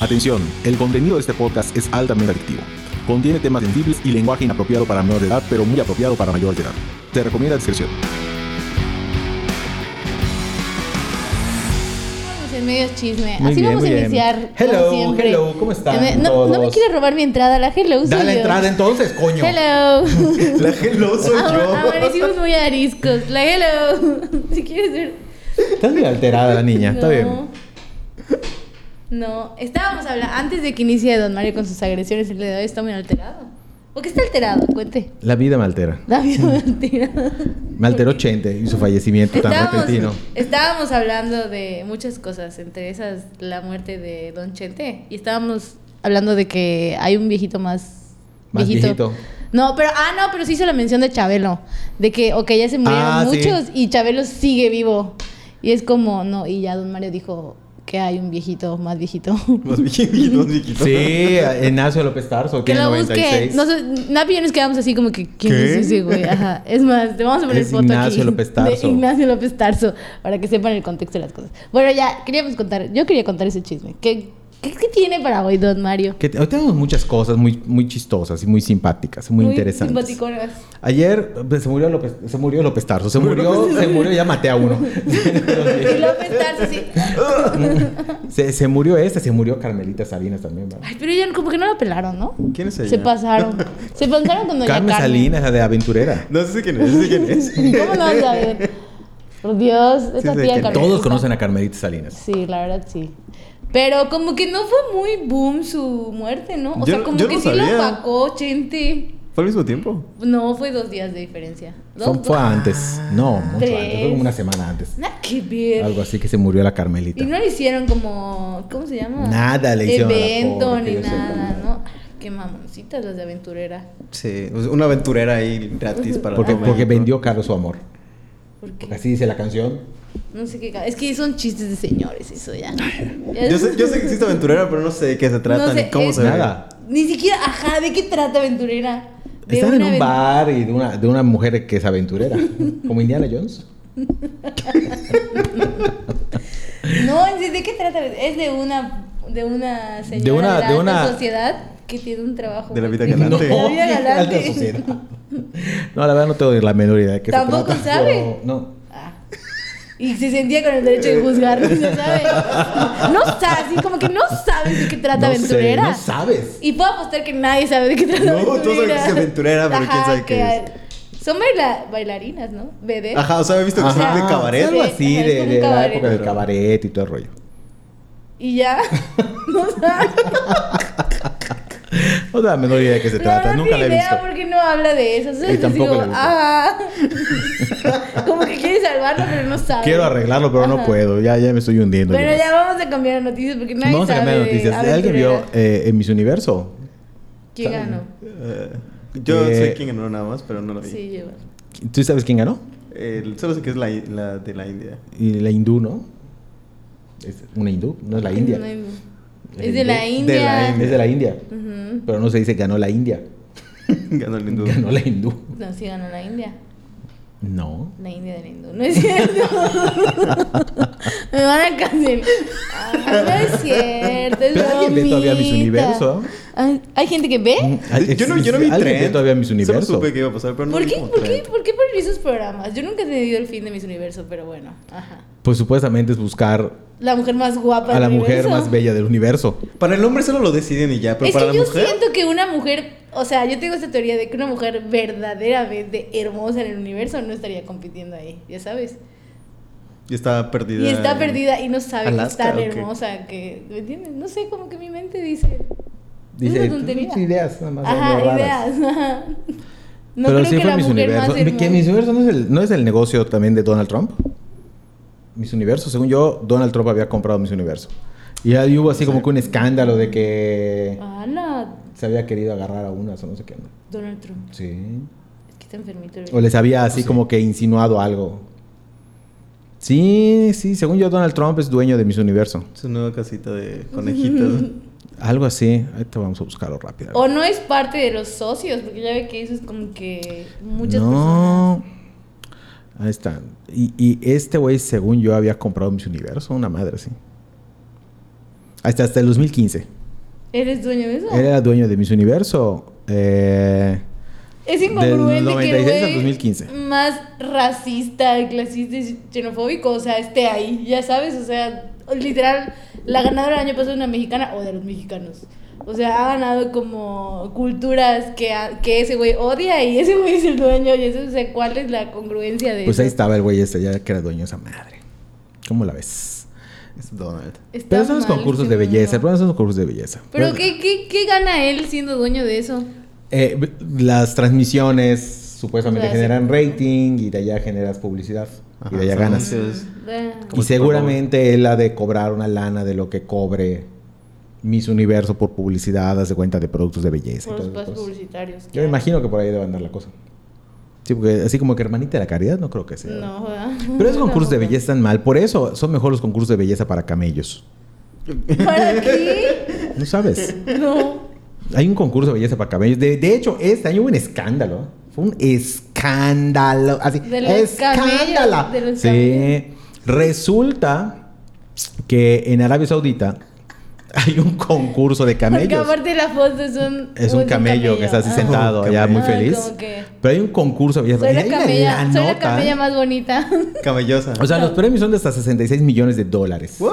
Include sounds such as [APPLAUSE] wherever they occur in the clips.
Atención, el contenido de este podcast es altamente adictivo. Contiene temas sensibles y lenguaje inapropiado para menor de edad, pero muy apropiado para mayor de edad. Se recomienda discreción. En medio chisme. Muy Así bien, vamos a muy bien. iniciar. Hello, como siempre. hello, ¿cómo están Eh, me- No, no me todos? quiere robar mi entrada, la hello. Da soy la yo. entrada entonces, coño. Hello. La hello [LAUGHS] soy Ah, Amanecimos muy ariscos. La hello. [LAUGHS] Si quieres ver. Estás bien alterada la niña, está No. bien. No, estábamos hablando. Antes de que inicie Don Mario con sus agresiones, el día de hoy está muy alterado. ¿Por qué está alterado? Cuente. La vida me altera. David, [LAUGHS] mentira. Me alteró Chente y su fallecimiento tan repentino. [LAUGHS] Estábamos, estábamos hablando de muchas cosas, entre esas la muerte de Don Chente. Y estábamos hablando de que hay un viejito más. Más viejito. No, pero, ah, no, pero sí hizo la mención de Chabelo. De que, ok, ya se murieron Ah, sí. muchos y Chabelo sigue vivo. Y es como, no, y ya Don Mario dijo que hay un viejito más [LAUGHS] viejito. Más [LAUGHS] viejitos, viejitos. Sí, Ignacio López Tarso, Que tiene lo 96. busque. No sé, Napi y yo nos quedamos así como que, ¿quién ¿Qué? es ese güey? Ajá. Es más, te vamos a poner Es foto Ignacio aquí. López Tarso. De Ignacio López Tarso. Para que sepan el contexto de las cosas. Bueno, ya, queríamos contar. Yo quería contar ese chisme. ¿Qué, qué, qué tiene para hoy Don Mario? Que te- hoy tenemos muchas cosas muy, muy chistosas y muy simpáticas, muy, interesantes. simpaticonas. Ayer pues, se murió López, se murió López Tarso, se murió, se murió, ya maté a uno. Y López Tarso, sí. se, se murió esta, se murió Carmelita Salinas también, ¿verdad? Ay, pero ya como que no la pelaron, ¿no? ¿Quién es ella? Se pasaron. Se pasaron con Doña Carmen Carmen. Salinas, la de aventurera. No sé quién es, no sé quién es. [LAUGHS] ¿Cómo no vas a ver? Por Dios, esta es de tía que Carmen. Todos conocen a Carmelita Salinas. Sí, la verdad sí. Pero como que no fue muy boom su muerte, ¿no? O Yo sea, no- como yo que no sí lo sabía. opacó, gente. ¿Fue al mismo tiempo? No, fue dos días de diferencia. Dos, Fue, fue dos- antes, no, mucho antes, fue ah, Tres. como una semana antes. Nada que ver. Algo así que se murió la Carmelita. Y no le hicieron como, ¿cómo se llama? Nada le hicieron a la Evento pobre, que ni yo sepa. nada, ¿no? Ay, Qué mamoncitas las de aventurera. Sí, pues, una aventurera ahí gratis para Porque, todo porque México. vendió caro su amor. ¿Por qué? Porque así dice la canción. No sé qué. ca- Es que son chistes de señores, eso [LAUGHS] ya. Yo sé, yo sé que existe aventurera, pero no sé de qué se trata No sé, ni cómo es- se ve. Nada. Ni siquiera, ajá, ¿de qué trata aventurera? De Están en una un aven- bar y de una, de una mujer que [LAUGHS] es aventurera, como Indiana Jones. No, ¿en serio, ¿de qué trata? Es de una de una señora de, De una- la de alta una- sociedad que tiene un trabajo. De la muy- vida galante. De la vida de alta galante. sociedad. [LAUGHS] No, la verdad no tengo ni la menor idea de qué se Tampoco trata, sabe. pero No. Ah. Y se sentía con el derecho de juzgar, no se sabe. No sabe, así como que no sabes de qué trata No sé, aventurera. no sabes. Y puedo apostar que nadie sabe de qué trata No, aventurera. todos saben que es aventurera, pero quién sabe qué es. Son baila- bailarinas, ¿no? Bebés. Ajá, o sea, he visto que son de Ajá, cabaret. Algo Sí, así ajá, es de, como de un la cabaret. época del cabaret y todo el rollo. Y [LAUGHS] ya. No sabe. No tengo la menor idea de qué se trata, no, nunca la he idea visto. porque no habla de eso. Entonces, Y tampoco digo, le gusta. ah. [LAUGHS] Como que quiere salvarlo, pero no sabe. Quiero arreglarlo, pero no Ajá. puedo. Ya, ya me estoy hundiendo. Pero yo. ya vamos a cambiar de noticias porque nadie Vamos a sabe. cambiar de noticias. ¿Alguien vio aventurera. eh, en Miss Universo? ¿Quién ¿Saben? ganó? Eh, yo Eh, sé quién ganó nada más, pero no lo vi. Sí, yo. ¿Tú sabes quién ganó? El- solo sé que es la, la de la India. [LAUGHS] Y la hindú, ¿no? Es una hindú, no es la India. No hay- La Es de la India. De la India. Es de la India. Ujú. Pero no se dice ganó la India. ganó el hindú. Ganó la hindú. No, sí ganó la India. No. La India del hindú. No es cierto. [LAUGHS] Me van a cancelar. Ah, no es cierto. Es ¿Alguien ve todavía Miss bromita. Universo? Mm, Ay, ¿Hay gente que ve? Ah, Yo no, yo no vi ¿Alguien tren. ve todavía Miss Universo? Solo supe que iba a pasar, pero no ¿Por vi qué, como ¿por, qué, tren. ¿Por qué prohibí esos programas? Yo nunca he tenido el fin de mis universos, pero bueno. Ajá. Pues supuestamente es buscar La mujer más guapa a la del mujer universo. más bella del universo. Para el hombre solo lo deciden y ya, pero Es para que la yo mujer. siento que una mujer, o sea, yo tengo esta teoría de que una mujer verdaderamente hermosa en el universo no estaría compitiendo ahí, ya sabes. Y está perdida. Y está en- perdida y no sabe que es Alaska, tan ¿o qué? hermosa que, ¿me entiendes? No sé, como que mi mente dice, Dice, una tontería. "Pinches ideas, nada más. ajá, medio raras". ideas, ajá. No Pero creo sí que fue la Miss mujer Universo. más hermosa. ¿Que Miss Universo no es, el, no es el negocio también de Donald Trump? Miss Universo, según yo, Donald Trump había comprado Miss Universo. Y ahí hubo así como que un escándalo de que Ala, se había querido agarrar a unas o no sé qué. ¿no? Donald Trump, Sí. es que está enfermito. el O les había así Sí. como que insinuado algo. Sí, sí, según yo, Donald Trump es dueño de Miss Universo. Su nueva casita de conejitos. [LAUGHS] Algo así. Ahorita vamos a buscarlo rápido. O no es parte de los socios, porque ya ve que eso es como que muchas personas. no. Ahí está. Y, y este güey, según yo, había comprado Miss Universo, una madre así. Hasta, hasta el 2015. ¿Eres dueño de eso? Él era dueño de Miss Universo. Eh, Es Del incongruente que 96 al güey 2015. más racista, clasista y xenofóbico, o sea, esté ahí, ya sabes, o sea, literal, la ganadora del año pasado es una mexicana o de los mexicanos. O sea, ha ganado como culturas que, a- que ese güey odia y ese güey es el dueño y eso, o sea, ¿cuál es la congruencia de pues eso? ahí estaba el güey este, ya que era dueño de esa madre. ¿Cómo la ves? Es Donald. Está Pero son los mal, concursos de según belleza. El yo. problema son los concursos de belleza. Pero Bueno, ¿qué, qué, ¿qué gana él siendo dueño de eso? eh, las transmisiones supuestamente O sea, sí. generan rating y de allá generas publicidad. y de allá Ajá, ganas. sí. Entonces, Mm, da- como Y el Super seguramente él ha de cobrar una lana de lo que cobre Miss Universo por publicidad, hace cuenta de productos de belleza. y por los todas esas pasos cosas. publicitarios. Yo me imagino que por ahí debe andar la cosa. Sí, porque así como que hermanita de la caridad, no creo que sea. [LAUGHS] No, ¿verdad? Pero esos concursos de Tampoco. belleza están mal. Por eso son mejor los concursos de belleza para camellos. ¿Para [LAUGHS] qué? No [LAUGHS] sabes. No. Hay un concurso de belleza para camellos. De, de hecho, este año hubo un escándalo. Fue un escándalo. Así. De los ¡Escándalo! camellos, de los sí. Resulta que en Arabia Saudita hay un concurso de Porque camellos. aparte la foto es un... Es un camello que está así Ah. sentado, Ah, ya muy camello. feliz. Ay, como que- Pero hay un concurso de belleza. Soy Y la hay una camella, soy la lanota. camella más bonita. [LAUGHS] Camellosa. O sea, los premios son de hasta 66 millones de dólares. What?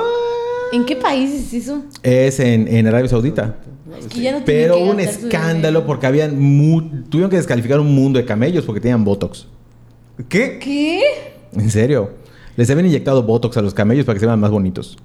¿En qué país es eso? Es en, en Arabia Saudita. Es que ya no tienen Pero que un gastar su escándalo dinero. porque habían mu- tuvieron que descalificar un mundo de camellos porque tenían botox. ¿Qué? ¿Qué? En serio. Les habían inyectado botox a los camellos para que se vean más bonitos.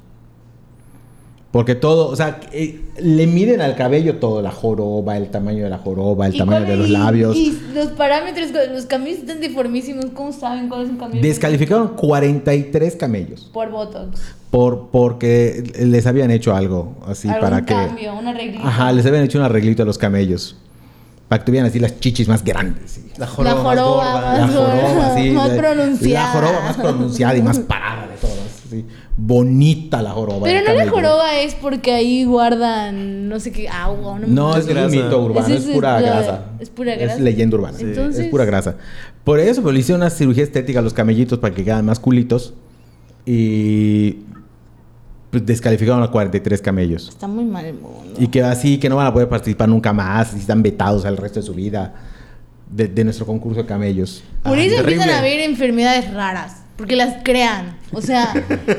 Porque todo, o sea, eh, le miden al cabello todo, la joroba, el tamaño de la joroba, el ¿Y tamaño cuál- de los y- labios. Y los parámetros, los camellos están deformísimos. ¿Cómo saben cuál es un camello? Descalificaron 43 camellos Por botox. por porque les habían hecho algo así Algún para que cambio, una reglita. Ajá, les habían hecho un arreglito a los camellos. Para que tuvieran así las chichis más grandes. y La La más joroba gorda. más La joroba, sí. Más la- pronunciada. La joroba más pronunciada y más parada de todas. sí. Bonita la joroba. Pero del no la camello. joroba es porque ahí guardan no sé qué agua. No, me No, acuerdo. es, Es un grasa. mito urbano, Ese es, es pura la- grasa. es pura grasa. Es leyenda urbana. Sí. Entonces- Es pura grasa. Por eso, pero le hicieron una cirugía estética a los camellitos para que quedaran más culitos. Y pues, descalificaron a 43 camellos. Está muy mal el mundo. Y que así, que no van a poder participar nunca más, y están vetados al resto de su vida de, de nuestro concurso de camellos. Por Ah, eso empiezan terrible. a haber enfermedades raras, porque las crean. O [LAUGHS] sea,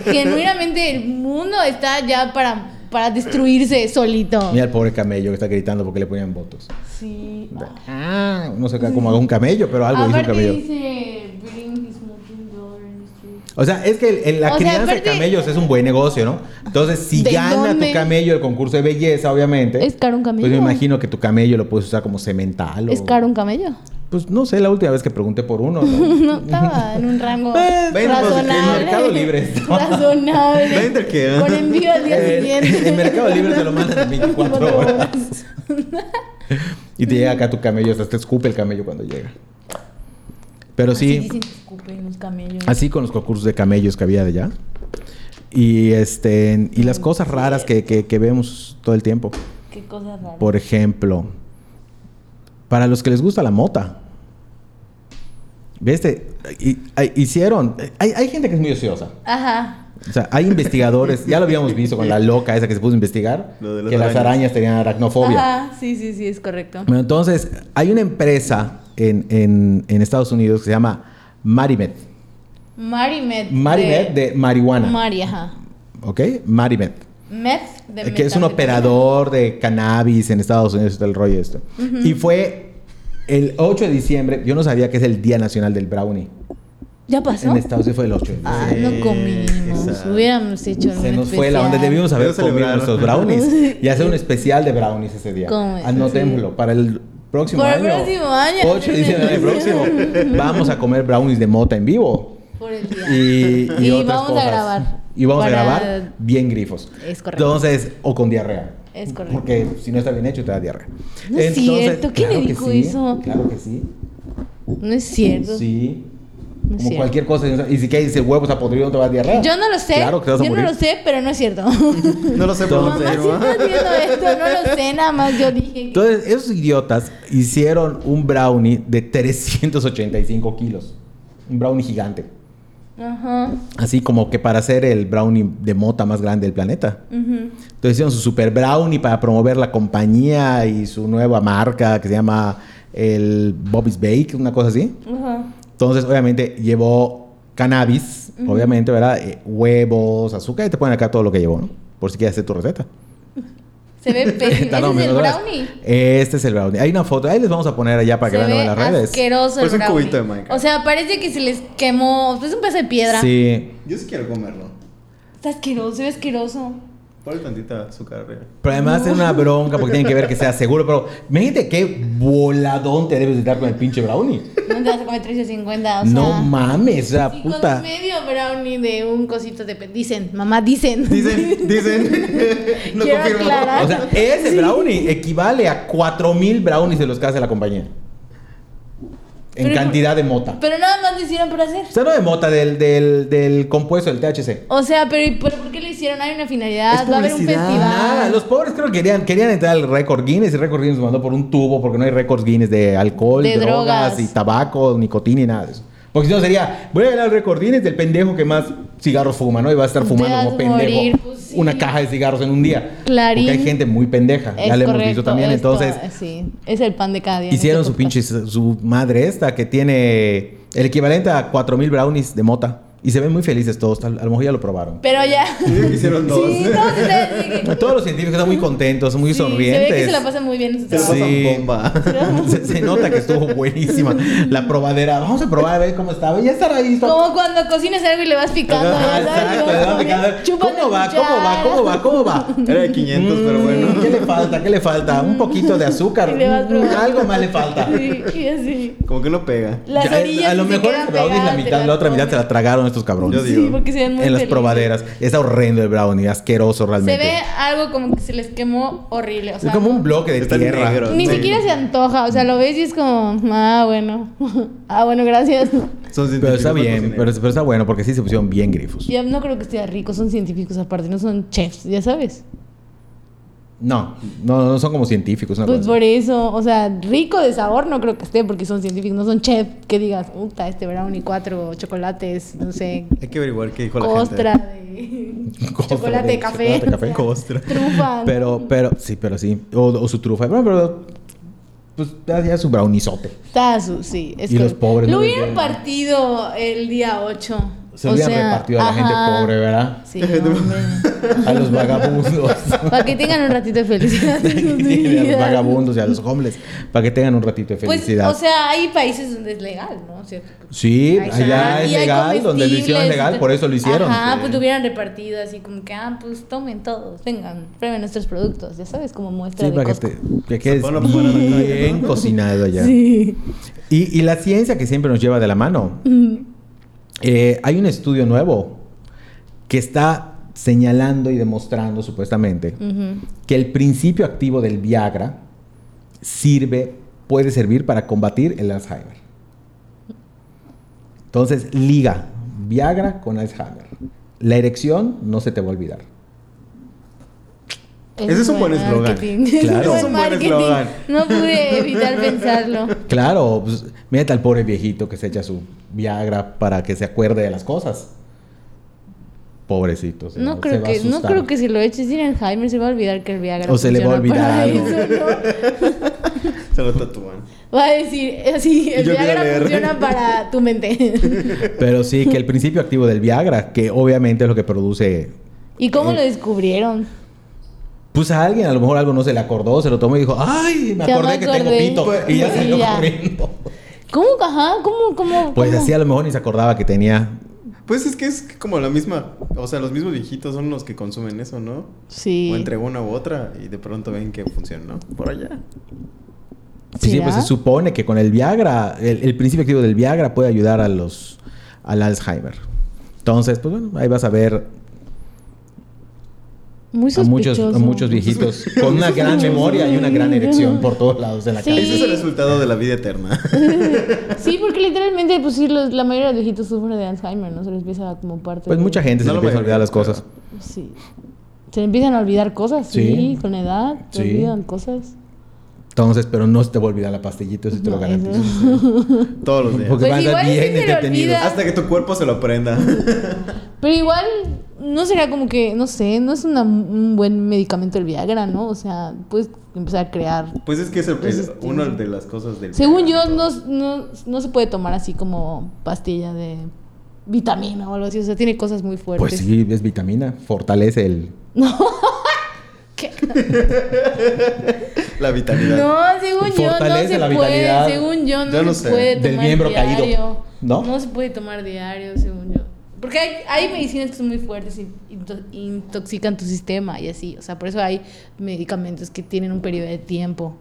genuinamente el mundo está ya para, para destruirse solito. Mira el pobre camello que está gritando porque le ponían votos. Sí. Ah, no sé cómo haga un camello, pero algo hizo un aparte camello. dice "Bring his smoking door in the street". O sea, es que el- el- la O sea, crianza de aparte- camellos es un buen negocio, ¿no? Entonces, si ¿De gana dónde? tu camello el concurso de belleza, obviamente. ¿Es caro un camello? Pues me imagino que tu camello lo puedes usar como cemental. o- ¿Es caro un camello? Pues no sé, la última vez que pregunté por [LAUGHS] uno. ¿no? No, estaba en un rango Eh, ven, pues, razonable. en Mercado Libre estaba. razonable. Ven, ¿de qué? Con envío al día Eh, siguiente. En Mercado Libre te lo mandan en 24 horas. Y te llega acá tu camello, hasta te escupe el camello cuando llega. Pero Así sí, ¿Ah, dicen que escupen los camellos. así con los concursos de camellos que había de allá. Y este y las cosas raras que, que- que vemos todo el tiempo. Qué cosa rara. Por ejemplo, para los que les gusta la mota. ¿Viste? Y- y- Hicieron. Hay, hay gente que es muy ociosa. Ajá. O sea, hay investigadores, ya lo habíamos visto con la loca esa que se puso a investigar, Lo de las que las arañas. arañas tenían aracnofobia. Ajá, sí, sí, sí, es correcto. Bueno, entonces, hay una empresa en, en- en Estados Unidos que se llama Marimed. Marimet. Marimed de, marihuana. Mari, ajá. ¿Ok? Marimed. Meth de Eh, que es un metanfetamina. operador de cannabis en Estados Unidos, todo el rollo esto. Y fue el 8 de diciembre, yo no sabía que es el Día Nacional del Brownie. ¿Ya pasó? En Estados Unidos fue el 8 de diciembre. Ah, no comimos. Exacto. Hubiéramos hecho Se algo nos fue la onda. especial. Debimos haber Pero comido celebraron. nuestros brownies y hacer un especial de brownies ese día. ¿Cómo es? Anotémoslo para el próximo Para el año. próximo año. 8 de diciembre [LAUGHS] del próximo. Vamos a comer brownies de mota en vivo. Por el día. Y, y Y otras vamos a cosas. grabar. Y vamos Para- a grabar bien grifos. Es correcto. Entonces, o con diarrea. Es correcto. Porque si no está bien hecho, te da diarrea. No es cierto. ¿Quién le que dijo sí, eso? Claro que sí. No es cierto. Sí. No es Como cierto. cualquier cosa. Y si caes, el huevo está podrido, no te va a dar diarrea. Yo no lo sé. Claro que te vas a yo morir. no lo sé, pero no es [LAUGHS] cierto. No lo sé, [LAUGHS] pero Mamá, si estás viendo esto, no lo sé, nada más yo dije. que- Entonces, esos idiotas hicieron un brownie de 385 kilos. Un brownie gigante. Ajá. Así como que para hacer el brownie de mota más grande del planeta. ujú. Entonces hicieron su super brownie para promover la compañía y su nueva marca que se llama el Bobby's Bake, una cosa así. Ajá. Entonces, obviamente, llevó cannabis, obviamente, ¿verdad? Eh, huevos, azúcar, y te ponen acá todo lo que llevó, ¿no? Por si quieres hacer tu receta. Se ve [LAUGHS] pésimo. Tardó [LAUGHS] Ese es el menos horas. brownie. Este es el brownie. Hay una foto, ahí les vamos a poner allá para que se vean en ve las redes. asqueroso el Parece Pues un brownie. cubito de Minecraft. O sea, parece que se les quemó. Pues Es un pedazo de piedra. Sí. Yo sí quiero comerlo. Está asqueroso, se ve asqueroso. Ponle tantita azúcar arriba. Pero además es una bronca porque tienen que ver que sea seguro. Pero imagínate qué voladón te debes de dar con el pinche brownie. No te vas a comer 350, o sea. no mames, o sea, sí, puta. Con medio brownie de un cosito de. pe- Dicen, mamá, dicen. Dicen, dicen. no Quiero confirmo. aclarar. O sea, ese brownie equivale a 4000 brownies de los que hace la compañía. En Pero- cantidad de mota. [LAUGHS] Pero nada más lo hicieron por hacer. O sea, no de mota, del, del, del compuesto, del THC. O sea, pero, pero ¿por qué lo hicieron? Hay una finalidad, Es va a haber un publicidad. festival. Nada, los pobres creo que querían, querían entrar al récord Guinness y récord Guinness los mandó por un tubo porque no hay récords Guinness de alcohol, De drogas, drogas. y tabaco, nicotina y nada de eso. Porque si no sería, voy a ganar el récord Guinness del pendejo que más cigarros fuma, ¿no? Y va a estar Te fumando vas como a pendejo morir, pues sí. una caja de cigarros en un día. Clarín. Porque hay gente muy pendeja, Es ya lo hemos correcto, visto también. es Entonces, todo- Sí, es el pan de cada día. en hicieron este su pinche, podcast. su madre esta que tiene el equivalente a 4000 brownies de mota. Y se ven muy felices todos, tal- a lo mejor ya lo probaron. Pero [LAUGHS] ya. Yo digo que hicieron dos. [LAUGHS] Sí, todos ustedes. dije- A Todos los científicos están [LAUGHS] muy contentos, muy Sí, sonrientes. Se ve que se la pasan muy bien en su Te lo trabajo. pasan Sí. bomba. [LAUGHS] se, se nota que estuvo buenísima la probadera. Vamos a probar a ver cómo estaba. Ya estará ahí. está- Como cuando cocinas algo y le vas picando. ¿verdad? Ajá, exacto, Y vas exacto, comiendo, cada- chupas ¿Cómo la va? ¿Cómo va? cuchara. ¿Cómo va? ¿Cómo va? Era de 500, pero Mm, ¿Qué bueno. le falta? ¿Qué le [LAUGHS] falta? Un poquito de azúcar. Y le vas Mm, probando. [LAUGHS] Algo más le falta. Sí, y así. Como que no pega. Las Ya, orillas. a lo que se mejor quedan el brownie es la pegadas, te mitad, las la otra mitad comes. se la tragaron estos cabrones. Yo digo, Sí, porque se ven muy en las felices. probaderas. Está horrendo el brownie, asqueroso Se realmente. ve algo como que se les quemó horrible. O sea, es como un bloque de Está tierra. negro. Ni Sí. siquiera se antoja, o sea, lo ves y es como, ah, bueno, [LAUGHS] ah, bueno, gracias. [LAUGHS] Son Pero está científicos, no bien, pero, cocineros. pero está bueno porque sí se pusieron bien grifos. Ya no creo que esté rico, son científicos aparte, no son chefs, ya sabes. No, no, no son como científicos. una Pues cosa por eso, o sea, rico de sabor no creo que esté porque son científicos, no son chefs que digas, puta, este brownie, cuatro chocolates, no sé, Hay que averiguar qué dijo costra la gente. de [LAUGHS] [LAUGHS] Costra chocolate de de café, Ah, chocolate, [LAUGHS] café, Costra. trufa. Pero, pero, sí, pero sí. O, o su trufa. Bueno, pero. Pues ya su brownizote. Está su- sí. es Y los correcto. pobres Lo no les hubieran dieron. partido el día 8. Se habían repartido a la gente pobre, ¿verdad? Sí, [LAUGHS] hombre. A los vagabundos. [LAUGHS] [LAUGHS] Para que tengan un ratito de felicidad en sus Y a los vidas. vagabundos y a los homeless. Para que tengan un ratito de Pues, felicidad. o sea, hay países donde es legal, ¿no? ¿Cierto? sí, Ahí está. allá es Y hay legal. Donde lo hicieron comestibles, legal, entonces- por eso lo hicieron. Ajá, Sí. pues lo hubieran repartido así como que, ah, pues tomen todos, vengan, prueben nuestros productos, ya sabes, como muestra Sí, de para que, Costco. te, que quedes Bueno, fuera de la calle, bien cocinado allá. Sí. [LAUGHS] Y, y la ciencia que siempre nos lleva de la mano. Eh, hay un estudio nuevo que está señalando y demostrando supuestamente Ujú. que el principio activo del Viagra sirve, puede servir para combatir el Alzheimer. Entonces, liga Viagra con Alzheimer. La erección no se te va a olvidar. Ese es un buen eslogan. marketing. Claro. Es un buen Es un buen marketing. eslogan. No pude evitar pensarlo. Claro, pues, mírate al pobre viejito que se echa su Viagra para que se acuerde de las cosas. Pobrecito. se va- No se creo, va a que, no asustar. creo que si lo eches sin Alzheimer se va a olvidar que el Viagra O se le va a funciona para olvidar, eso, Se lo tatúan. ¿no? Va a decir, así, el Yo voy a Viagra leer. funciona para tu mente. Pero sí, que el principio activo del Viagra, que obviamente es lo que produce. ¿Y cómo lo descubrieron? Pues a alguien, a lo mejor algo no se le acordó, se lo tomó y dijo, ¡ay! Me Ya me acordé que tengo acordé". pito. y ya Pues, salió y ya. corriendo. ¿Cómo, ajá? ¿Cómo, cómo? Pues cómo? así a lo mejor ni se acordaba que tenía. Pues es que es como la misma. O sea, los mismos viejitos son los que consumen eso, ¿no? Sí. O entre una u otra y de pronto ven que funciona, ¿no? Por allá. Sí, sí, ¿Será? pues se supone que con el Viagra, el, el principio activo del Viagra puede ayudar a los. al Alzheimer. Entonces, pues bueno, ahí vas a ver Muy a muchos, sospechoso. a [LAUGHS] muchos viejitos con una gran memoria y una gran erección por todos lados de la Sí. calle. Ese es el resultado de la [LAUGHS] vida eterna. Sí, porque literalmente, pues sí, los- la mayoría de los viejitos sufren de Alzheimer, ¿no? Se les empieza como parte Pues de- mucha gente se No le lo empieza a mayoría, olvidar las cosas. Sí. Se le empiezan a olvidar cosas, sí, Sí. con la edad, se Sí. olvidan cosas. Entonces, pero no se te va a olvidar la pastillita, eso sí te lo No, garantizo. Todos los días. Pues Porque van a estar igual y sí bien se le entretenidos. olvida. Hasta que tu cuerpo se lo [LAUGHS] aprenda. Pero igual, no será como que, no sé, no es una- un buen medicamento el Viagra, ¿no? O sea, puedes empezar a crear. Pues es que es, el- Pues es es- una de las cosas del. Según yo, no, no no, no se puede tomar así como pastilla de vitamina o algo así. O sea, tiene cosas muy fuertes. Pues [LAUGHS] sí, es vitamina, fortalece el... ¿Qué? La vitalidad. No, según yo no Fortalece se la vitalidad. puede. Según yo no Yo no se sé. puede tomar Del miembro diario. caído, ¿no? No se puede tomar diario, según yo. Porque hay, hay medicinas que son muy fuertes y into- intoxican tu sistema y así. O sea, por eso hay medicamentos que tienen un periodo de tiempo.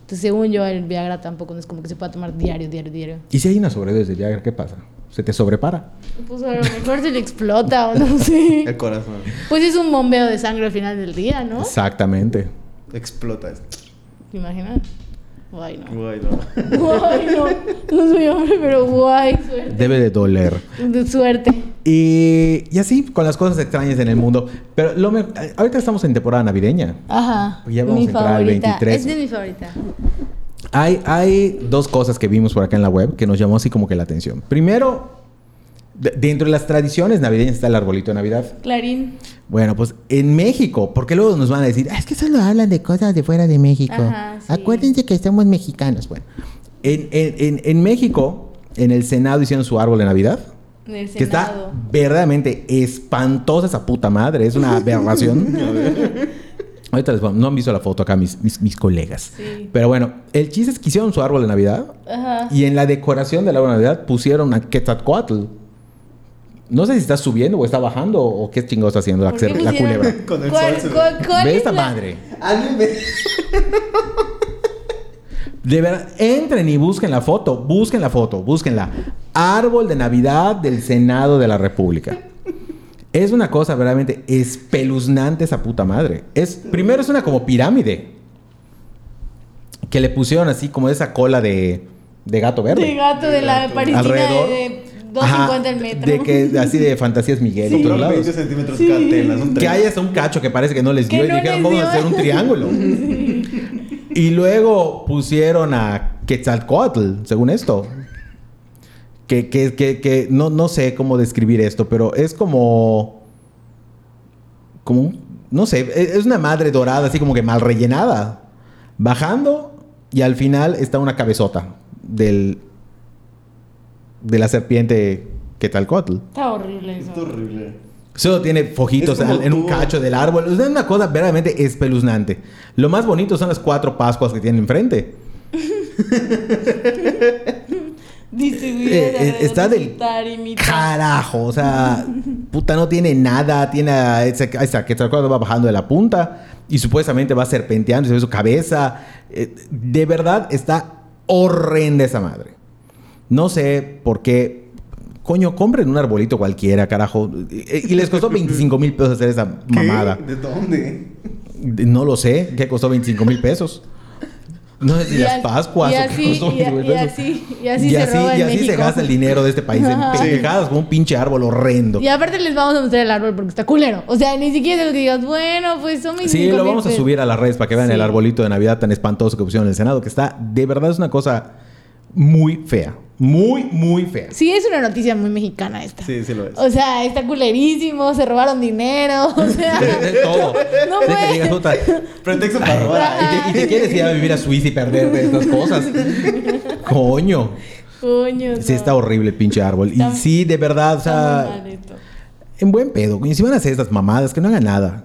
Entonces, según yo, el Viagra tampoco no es como que se pueda tomar diario, diario, diario. ¿Y si hay una sobredosis de Viagra, qué pasa? Se te sobrepara. Pues a lo mejor se le explota o no sé. [LAUGHS] El corazón Pues es un bombeo de sangre al final del día, ¿no? Exactamente. explota. ¿Te imaginas? Guay, no. Guay, [LAUGHS] no. Guay, no. No soy hombre, pero guay. Suerte. Debe de doler. De suerte. Y, y así con las cosas extrañas en el mundo. Pero lo me- ahorita estamos en temporada navideña. Ajá. Pues ya vamos a entrar al 23. Es de mi favorita. Hay, hay dos cosas que vimos por acá en la web que nos llamó así como que la atención. Primero, de- dentro de las tradiciones navideñas está el arbolito de Navidad. Clarín. Bueno, pues en México, porque luego nos van a decir, "Ah, es que solo hablan de cosas de fuera de México. Ajá, sí. Acuérdense que somos mexicanos. Bueno, en, en- en- en México, en el Senado hicieron su árbol de Navidad, En el que está Senado. verdaderamente espantosa esa puta madre, es una aberración. [LAUGHS] Ahorita les pongo- no han visto la foto acá mis, mis, mis colegas. Sí. Pero bueno, el chiste es que hicieron su árbol de Navidad Ajá. y en la decoración del árbol de Navidad pusieron a Quetzalcoatl. No sé si está subiendo o está bajando o qué chingados está haciendo la, ¿Por qué la pusieron- [LAUGHS] culebra. Con el ¿Cuál- sol se ve. cuál- cuál Ve es esta la- madre. Alguien ve. De verdad, entren y busquen la foto, busquen la foto, búsquenla. Árbol de Navidad del Senado de la República. Es una cosa verdaderamente espeluznante esa puta madre. Es, primero es una como pirámide. Que le pusieron así como esa cola de, de gato verde. De gato de la parisina alrededor. de de Ajá, 250 el metro. De que así de fantasías Miguel. Compró otros lados. 20 centímetros cada tela. son Que tres. haya hasta un cacho que parece que no les Que dio y no dijeron, les vamos dio". a hacer [LAUGHS] un triángulo. Y luego pusieron a Quetzalcoatl, según esto. Que, que, que, que no, no sé cómo describir esto, pero es como. Como un. No sé, e, es es una madre dorada, así como que mal rellenada. Bajando y al final está una cabezota del. de la serpiente Quetzalcoatl. Está horrible eso. Es horrible. Solo tiene Es fojitos como al- en un tú. cacho del árbol. Es una cosa verdaderamente espeluznante. Lo más bonito son las cuatro Pascuas que tiene enfrente. Distribuido Eh, eh, alrededor está de del imitar, imitar. Carajo, o sea, puta, no tiene nada. Tiene a ese- a esa que esa cosa va bajando de la punta y supuestamente va serpenteando, y se ve su cabeza. Eh, de verdad está horrenda esa madre. No sé por qué. Coño, compren un arbolito cualquiera, carajo. Eh, Y [LAUGHS] les costó 25 mil pesos hacer esa ¿Qué? mamada. ¿De dónde? De- No lo sé, que costó 25 mil pesos. No sé si Y las as- Pascuas Y o qué así, costó y, a- 25,000 y pesos. así, y así Y se roba y en así se México. gasta el dinero de este país en Ajá. pendejadas con un pinche árbol horrendo. Y aparte les vamos a mostrar el árbol porque está culero. O sea, ni siquiera es lo que digas, bueno, pues son mis Sí, cinco lo mil vamos a pesos. subir a las redes para que vean Sí. el arbolito de Navidad tan espantoso que pusieron en el Senado, que está, de verdad, es una cosa muy fea. Muy, muy [LAUGHS] fea. Sí, es una noticia muy mexicana esta. Sí, sí lo es. O sea, está culerísimo, se robaron dinero, [LAUGHS] o sea... De, de todo. No De que puede. digas, puta, [LAUGHS] Pretexto para robar. Ah, y, te, y te quieres ir a vivir a Suiza y perderte [LAUGHS] estas cosas. Coño. Coño, Sí, no. está horrible el pinche árbol. Y Está- sí, de verdad, o Está muy mal sea, esto. en buen pedo. Y si van a hacer estas mamadas, que no hagan nada.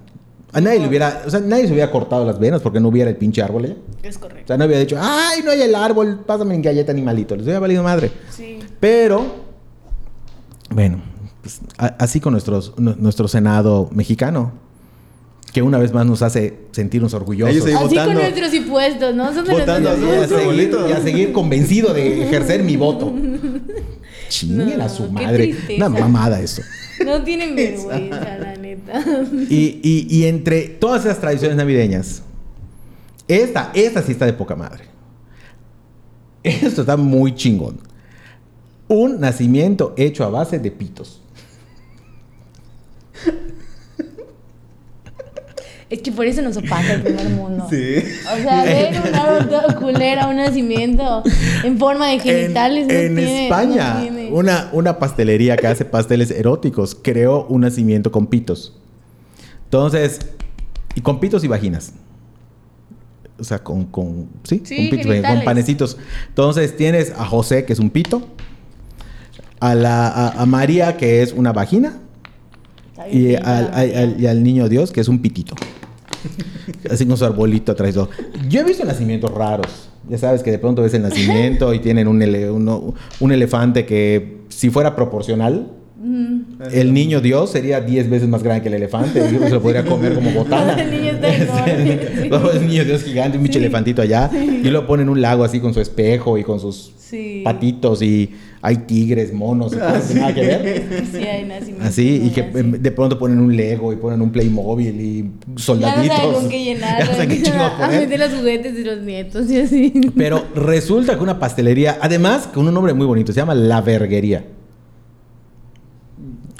A nadie le hubiera, o sea, nadie se hubiera cortado las venas porque no hubiera el pinche árbol allá. Es O correcto. sea, no hubiera dicho, ay, no hay el árbol, pásame mi galleta animalito. Les hubiera valido madre. Sí. Pero, bueno, pues, a- así con nuestros, nu- nuestro Senado mexicano, que una vez más nos hace sentirnos orgullosos. Ellos se- Así votando. con nuestros impuestos, ¿no? Son de Votando los así, Y a, Nuestro seguir, arbolito. y a seguir convencido de ejercer [LAUGHS] mi voto. Chinguen a No, su qué madre. tristeza. Una mamada eso. No tienen vergüenza, la [LAUGHS] neta. Y, y- y entre todas esas tradiciones navideñas, esta, esta sí está de poca madre. Esto está muy chingón. Un nacimiento hecho a base de pitos. Es que por eso nos opaca el primer mundo. Sí. O [LAUGHS] sea, ver una orto- culera, un nacimiento en forma de genitales. en, no en tiene- España, no tiene. una, una pastelería que hace pasteles eróticos creó un nacimiento con pitos. Entonces, y con pitos y vaginas. O sea, con, con sí, Sí, con pitos, con genitales. panecitos. Entonces tienes a José, que es un pito, a, la, a, a María, que es una vagina, Está bien y pinta al, la al- al- y al niño Dios, que es un pitito. Así con su arbolito atrás. y todo. Yo he visto nacimientos raros. Ya sabes que de pronto ves el nacimiento y tienen un, ele- uno- un elefante que, si fuera proporcional, el niño Dios sería 10 veces más grande que el elefante. y se lo podría comer como [LAUGHS] botana. El niño [LAUGHS] está enorme, sí. Luego es un niño Dios gigante, un pinche Sí. elefantito allá. Y lo ponen en un lago así con su espejo y con sus Sí. patitos. Y hay tigres, monos y cosas que nada [LAUGHS] que ver. Es que sí hay nacimiento. Así, y muy que así. em, de pronto ponen un Lego y ponen un Playmobil y soldaditos. Ya no saben con qué llenar. [LAUGHS] Ya no saben qué empiezan chingo a, a [LAUGHS] poner. meter los juguetes de los nietos y así. [LAUGHS] Pero resulta que una pastelería, además con un nombre muy bonito, se llama La Verguería,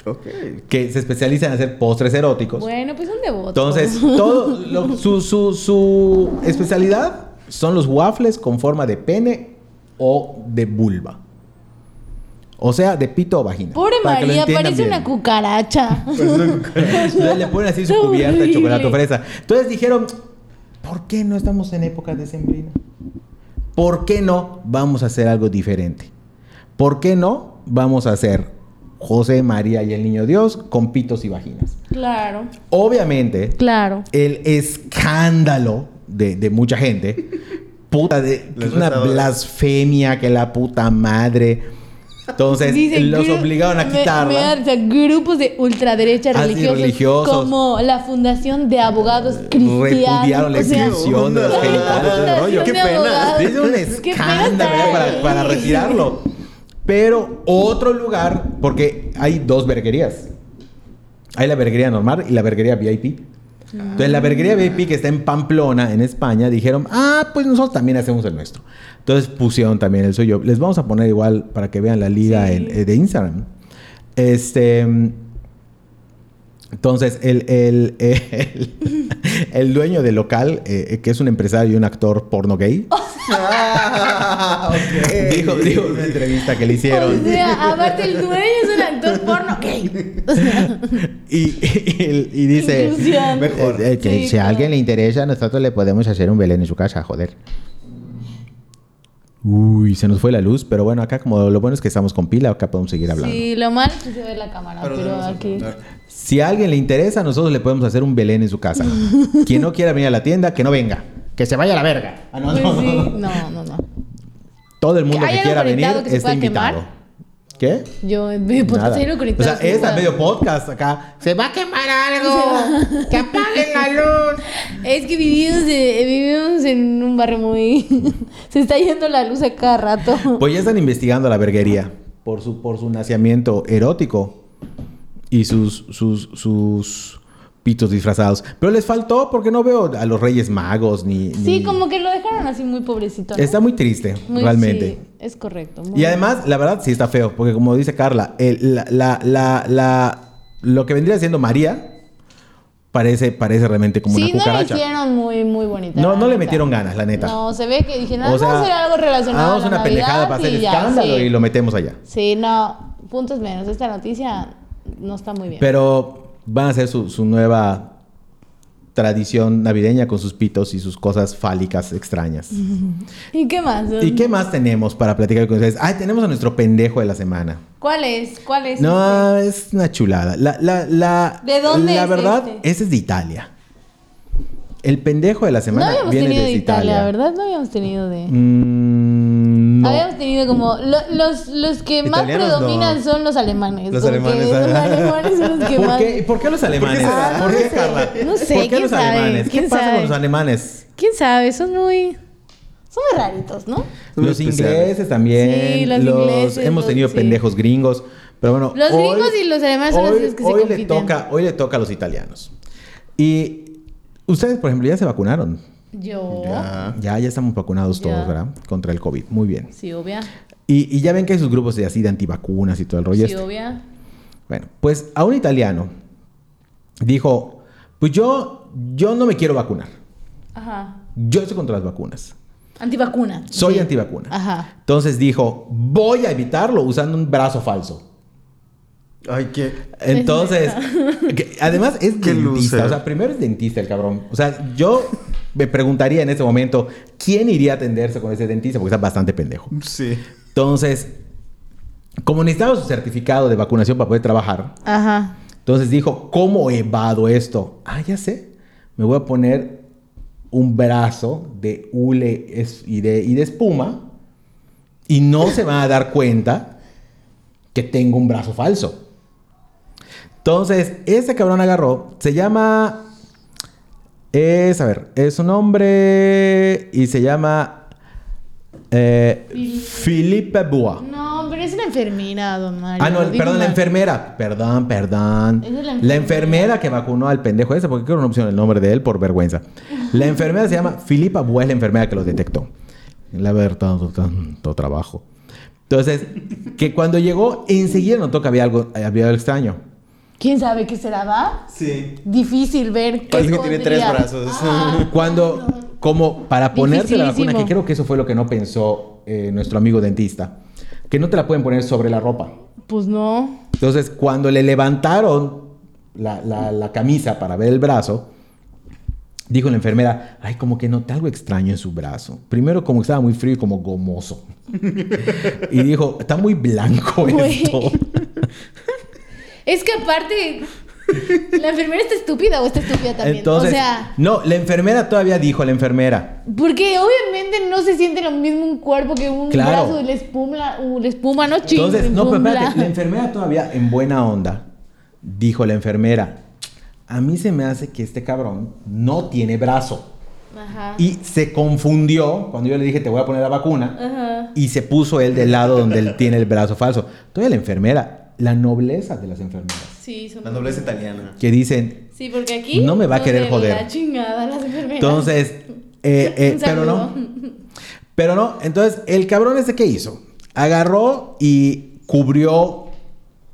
Ok. que se especializa en hacer postres eróticos. Bueno, pues un devoto. Entonces, todo lo- su, su, su especialidad son los waffles con forma de pene o de vulva. O sea, de pito o vagina. [LAUGHS] Pobre para que lo María, entiendan parece bien. una [LAUGHS] cucaracha. Pues [LAUGHS] Entonces, le ponen así [LAUGHS] su Está cubierta de horrible. chocolate fresa. Entonces dijeron, ¿por qué no estamos en época de sembrina? ¿Por qué no vamos a hacer algo diferente? ¿Por qué no vamos a hacer José, María y el Niño Dios con pitos y vaginas? Claro, Obviamente, claro. el escándalo de, de mucha gente. Puta, de, Les una resta ahora. blasfemia que la puta madre. Entonces, Dicen, los gru- obligaron a me- quitarla. me dan, o sea, grupos de ultraderecha Ah, sí, religiosos, religiosos. Eh, como la Fundación de Abogados Cristianos. repudiaron la o sea, inscripción de los ¿qué genitales todo onda? el rollo. Qué Fundación de pena. abogados. Es un Qué pena escándalo estar ¿verdad? para, ahí. [LAUGHS] para retirarlo. Pero otro lugar, porque hay dos verguerías. Hay la verguería normal y la verguería VIP. Entonces, la verguería VIP que está en Pamplona, en España, dijeron, ah, pues nosotros también hacemos el nuestro. Entonces pusieron también el suyo. Les vamos a poner igual para que vean la liga Sí. en- eh, de Instagram. Este. Entonces, el, el, el, [LAUGHS] el dueño del local, eh, que es un empresario y un actor [LAUGHS] porno gay, Ah, ok. dijo, dijo en una entrevista que le hicieron. O sea, aparte el dueño es un actor porno gay. O sea, Y, y- y dice: Inclusión. Mejor. eh, eh, que Sí, Si a claro. alguien le interesa, nosotros le podemos hacer un Belén en su casa, joder. Uy, se nos fue la luz, pero bueno, acá como lo bueno es que estamos con pila, acá podemos seguir hablando. sí, lo malo es que se ve la cámara, pero, debemos Ah, aquí. apuntar. Si a alguien le interesa, nosotros le podemos hacer un Belén en su [LAUGHS] casa. Quien no quiera venir a la tienda, que no venga. Que se vaya a la verga. Ah, no, Pues no, no, sí, no. no, no, no. Todo el mundo ¿Hay que algo quiera venir conectado que se está pueda invitado. quemar? ¿Qué? Yo eh, pues, me Nada. potenciero O conectado. sea, es a medio podcast acá. Se va a quemar algo. que apaguen la luz. Es que vivimos, eh, vivimos en un barrio muy. [LAUGHS] se está yendo la luz a cada rato. Pues ya están investigando la verguería por su, por su nacimiento erótico y sus, sus, sus pitos disfrazados. Pero les faltó porque no veo a los Reyes Magos ni. Sí, ni- como que lo dejaron así muy pobrecito. ¿no? Está muy triste, Muy- realmente. sí, es correcto. Y muy- además, la verdad sí está feo, porque como dice Carla, el- la, la- la- la- lo que vendría siendo María parece, parece realmente como sí, una no lo cucaracha. hicieron muy, muy bonita. No, la no le neta. metieron ganas, la neta. No, se ve que dijeron, O sea, vamos a hacer algo relacionado Hagamos a la una pendejada Navidad para hacer y ya, escándalo sí. y lo metemos allá. Sí, no, puntos menos. Esta noticia no está muy bien. Pero van a hacer su, su nueva tradición navideña con sus pitos y sus cosas fálicas extrañas. ¿Y qué más? ¿Y qué más tenemos para platicar con ustedes? Ah, tenemos a nuestro pendejo de la semana. ¿Cuál es? ¿Cuál es? Este, No, es una chulada. La, la, la, ¿De dónde La es verdad, este? ese es de Italia. El pendejo de la no semana habíamos viene tenido de desde Italia, Italia. ¿verdad? No habíamos tenido de... Mm, no. Habíamos tenido como... lo- los, los que más Italianos, no. predominan son los alemanes. Los porque alemanes, Los ah. alemanes son los que ¿Por más... qué, ¿Por qué los alemanes? será? ¿Por qué, No sé. Carla? No sé, ¿Por qué ¿quién los sabe? alemanes? ¿Qué ¿Quién pasa sabe? con los alemanes? ¿Quién sabe? Son muy... Son muy raritos, ¿no? Son Los especiales. ingleses también. Sí, los ingleses, Hemos los- tenido sí. pendejos gringos. Pero bueno. Los gringos y los alemanes son los que se hoy le compiten. toca, Hoy le toca a los italianos. Y ustedes, por ejemplo, ya se vacunaron. Yo... Ya. Ya, ya estamos vacunados Ya. todos, ¿verdad? Contra el COVID. Muy bien. Sí, obvia. Y, y ya ven que hay sus grupos de así de antivacunas y todo el rollo. Sí, este. obvia. Bueno, pues a un italiano dijo, pues yo yo no me quiero vacunar. Ajá. Yo estoy contra las vacunas. Antivacuna. Soy Sí. antivacuna. Ajá. Entonces dijo, voy a evitarlo usando un brazo falso. Ay, qué. Entonces, [LAUGHS] que- además es Qué dentista. loser. O sea, primero es dentista el cabrón. O sea, yo me preguntaría en ese momento, ¿quién iría a atenderse con ese dentista? Porque está bastante pendejo. Sí. Entonces, como necesitaba su certificado de vacunación para poder trabajar, Ajá. entonces dijo, ¿cómo evado esto? Ah, ya sé. Me voy a poner un brazo de hule es- y de, y de espuma y no se van a dar cuenta que tengo un brazo falso. Entonces, ese cabrón agarró, se llama... Es, a ver, es un hombre y se llama... eh, Fili- Philippe Bois. No, pero es una enfermera, don Mario. Ah, no, el- Digo perdón, la mal. enfermera. Perdón, perdón. Es de la la, enfermera. enfermera que vacunó al pendejo ese, porque quiero una opción el nombre de él por vergüenza. La enfermera se llama Filipa Bua, es la enfermera que los detectó. La verdad, tanto, tanto trabajo. Entonces, que cuando llegó, enseguida notó que había algo, había algo extraño. ¿Quién sabe qué será, va? Sí. Difícil ver qué Ah, Parece que tiene tres escondría. brazos. Cuando, como para ponerse la vacuna, que Dificilísimo. creo que eso fue lo que no pensó eh, nuestro amigo dentista, que no te la pueden poner sobre la ropa. Pues no. Entonces, cuando le levantaron la, la- la camisa para ver el brazo, dijo la enfermera, ay, como que noté algo extraño en su brazo. Primero, como que estaba muy frío y [LAUGHS] como gomoso. y dijo, está muy blanco Güey. [LAUGHS] esto. Es que aparte, ¿la enfermera está estúpida o está estúpida también? Entonces, o sea, no, la enfermera todavía dijo, la enfermera, porque obviamente no se siente lo mismo un cuerpo que un Claro. brazo de la espuma, uh, la espuma, ¿no? Ching, Entonces, no, pero espuma. espérate, la enfermera todavía en buena onda dijo la enfermera, a mí se me hace que este cabrón no tiene brazo. Ajá. Y se confundió cuando yo le dije, te voy a poner la vacuna. Ajá. Y se puso él del lado donde él tiene el brazo falso. Todavía la enfermera, la nobleza de las enfermeras, Sí, son La nobleza italiana. que dicen, Sí, porque aquí No me va a querer de joder. La chingada las enfermeras. entonces, eh, eh, [LAUGHS] Un pero no, saludo. pero no, entonces el cabrón ese que hizo, agarró y cubrió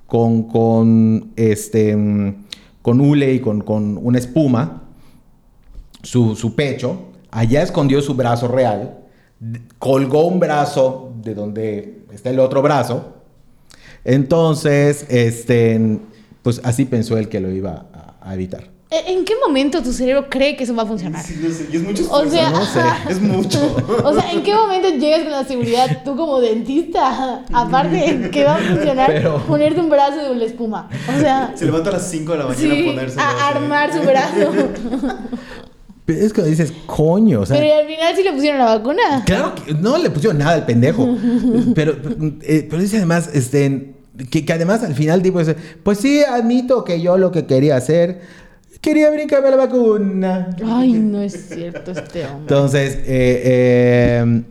con, con, este, mm, con hule y con, con una espuma su, su pecho, allá escondió su brazo real, d- colgó un brazo de donde está el otro brazo, entonces, este, pues así pensó él que lo iba a- a evitar. ¿En Eh, en qué momento tu cerebro cree que eso va a funcionar? Sí, no sé. Y es mucho O esfuerzo, sea, ¿no? ajá. [LAUGHS] Es mucho. O sea, ¿en qué momento llegas con la seguridad tú como dentista? Aparte, ¿en qué va a funcionar Pero- ponerte un brazo de la espuma? O sea, Se levanta a las 5 de la mañana a sí, ponerse. a armar su [LAUGHS] brazo. Pero es que dices, coño, o sea. Pero ¿y al final sí le pusieron la vacuna. claro que no le pusieron nada al pendejo. pero, eh, pero dice además, este. Que, que además al final, tipo, dice, pues sí, admito que yo lo que quería hacer, quería brincarme la vacuna. Ay, no es cierto este hombre. Entonces, eh, eh,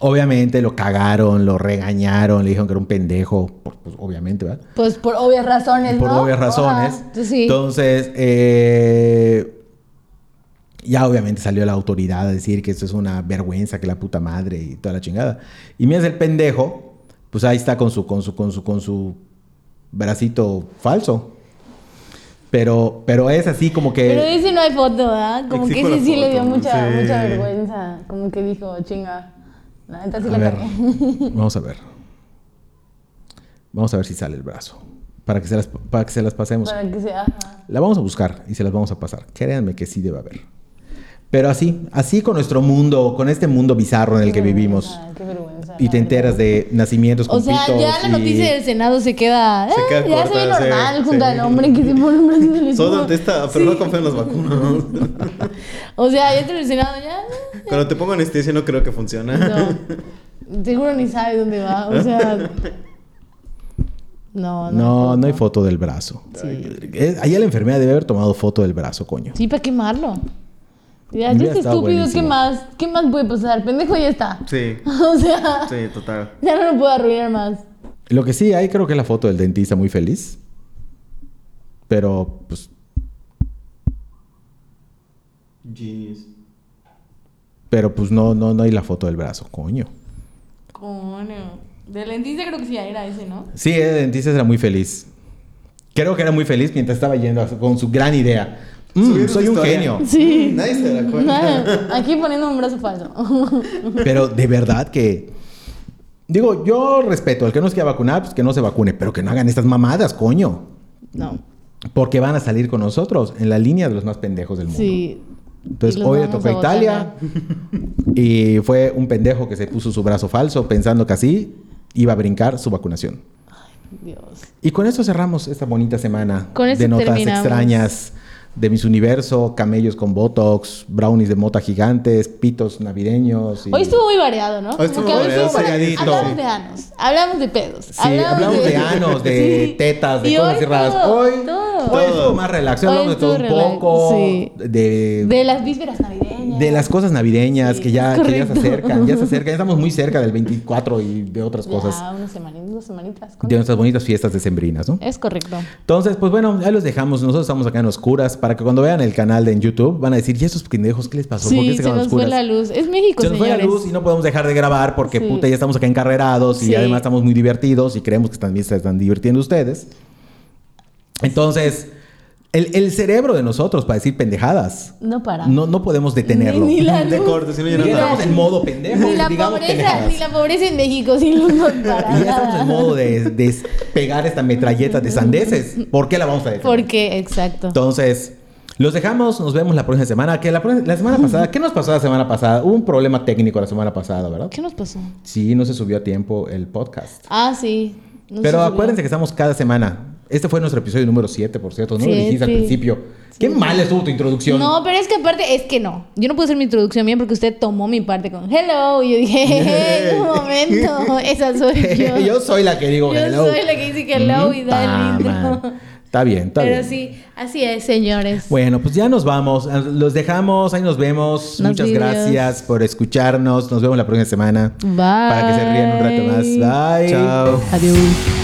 obviamente lo cagaron, lo regañaron, le dijeron que era un pendejo, pues, pues, obviamente, ¿verdad? Pues por obvias razones, por ¿no? obvias razones. Ajá, pues sí. Entonces, eh, ya obviamente salió la autoridad a decir que esto es una vergüenza, que la puta madre y toda la chingada. Y miras el pendejo, pues ahí está con su, con su, con su, con su bracito falso. Pero, pero es así como que. Pero ese no hay foto, ¿verdad? Como que Exijo ese la sí le dio foto, mucha, sí. mucha vergüenza. Como que dijo, chinga. La neta sí A la ver, cagué. [LAUGHS] vamos a ver. Vamos a ver si sale el brazo. Para que se las, para que se las pasemos. [LAUGHS] Para que sea. ajá. La vamos a buscar y se las vamos a pasar. Créanme que sí debe haber. Pero así, así con nuestro mundo, con este mundo bizarro en el Qué que vivimos. vergüenza, Qué vergüenza. Y te la verdad. enteras de nacimientos con O sea, ya pitos la y- noticia del Senado se queda. Se eh, ya queda corta, se ve sí, normal junto sí. al hombre que se pone un brazo de la Soy espuma. dentista, pero no confío en las vacunas. [LAUGHS] O sea, ya te lo he Senado ya. eh. Cuando te pongo anestesia no creo que funcione. No. Seguro ni sabe dónde va. O sea. No, no. No, no hay foto del brazo. Es- Allá la enfermera debe haber tomado foto del brazo, coño. Sí, para quemarlo. Ya, Hubiera ya está estado estúpido. ¿Qué buenísimo. más? ¿Qué más puede pasar? Pendejo ya está. Sí, [LAUGHS] O sea, sí, total. ya no lo puedo arruinar más. Lo que sí hay creo que es la foto del dentista muy feliz. Pero, pues, [LAUGHS] Jeez. pero pues no, no, no hay la foto del brazo, coño. Coño. De lentista creo que sí era ese, ¿no? Sí, el dentista era muy feliz. Creo que era muy feliz mientras estaba yendo a- con su gran idea. Mm, Subieron soy su un historia. genio. Sí. Nadie se da cuenta. Nada, Aquí poniendo un brazo falso. [LAUGHS] Pero de verdad que. Digo, yo respeto, el que no se quiera vacunar, pues que no se vacune, pero que no hagan estas mamadas, coño. No. Porque van a salir con nosotros en la línea de los más pendejos del mundo. Sí. Entonces, Y los hoy le vamos tocó a a botar, Italia y fue un pendejo que se puso su brazo falso pensando que así iba a brincar su vacunación. Dios. Y con esto cerramos esta bonita semana Con esto de notas terminamos. extrañas de mis universo, camellos con botox, brownies de mota gigantes, pitos navideños. y- Hoy estuvo muy variado, ¿no? Hoy estuvo Porque a veces variado, variadito. Hablamos de anos, hablamos de pedos, Sí, hablamos de anos, de [LAUGHS] Sí. tetas, de Y cosas hoy así raras. todo, hoy, todo. hoy estuvo más relax, Hoy hablamos de todo estuvo un relax, poco, sí. de, de las vísperas navideñas. de las cosas navideñas Sí, que, ya, que ya se correcto. acercan, ya se acercan, ya estamos muy cerca del 24 y de otras cosas, Ya, unas semanitas, dos semanitas. de nuestras bonitas fiestas decembrinas, ¿no? Es correcto. Entonces, pues bueno, ya los dejamos. Nosotros estamos acá en Oscuras para que cuando vean el canal de en YouTube van a decir, ¿y esos pendejos qué les pasó? ¿Por qué Sí, se se quedaron nos fue oscuras? la luz. Es México, Se nos fue señores. la luz y no podemos dejar de grabar porque Sí. puta, ya estamos acá encarrerados y Sí. además estamos muy divertidos y creemos que también se están divirtiendo ustedes. Entonces, el, el cerebro de nosotros para decir pendejadas, No para. no, no podemos detenerlo. Ni, ni [LAUGHS] la luz. De corto, si no, ya no Ni la- estamos en modo pendejo. Ni la digamos pobreza, pendejadas. ni la pobreza en México sin [LAUGHS] luz no para. Y ya estamos en nada. modo de despegar esta metralleta de sandeces. ¿Por qué la vamos a detener? Porque, exacto. Entonces, los dejamos, nos vemos la próxima semana. Que la, pro- la semana pasada, ¿qué nos pasó la semana pasada? Hubo un problema técnico la semana pasada, ¿verdad? ¿Qué nos pasó? Sí, no se subió a tiempo el podcast. Ah, sí. No Pero sé si- acuérdense que estamos cada semana. Este fue nuestro episodio número 7, por cierto. No lo dijiste al Siete. principio. Qué mal estuvo tu introducción. No, pero es que aparte, es que no. Yo no puedo hacer mi introducción bien porque usted tomó mi parte con hello. Y yo dije, [LAUGHS] "Hey, un [LAUGHS] momento, esa soy pues yo. yo. soy la que digo Yo hello. soy la que dice que hello y da el Mm, intro. ta madre. Está bien, está Pero bien. sí, así es, señores. Bueno, pues ya nos vamos. Los dejamos. Ahí nos vemos. Nos Muchas vemos. gracias por escucharnos. Nos vemos la próxima semana. Bye. Para que se rían un rato más. Bye. Chao. Adiós.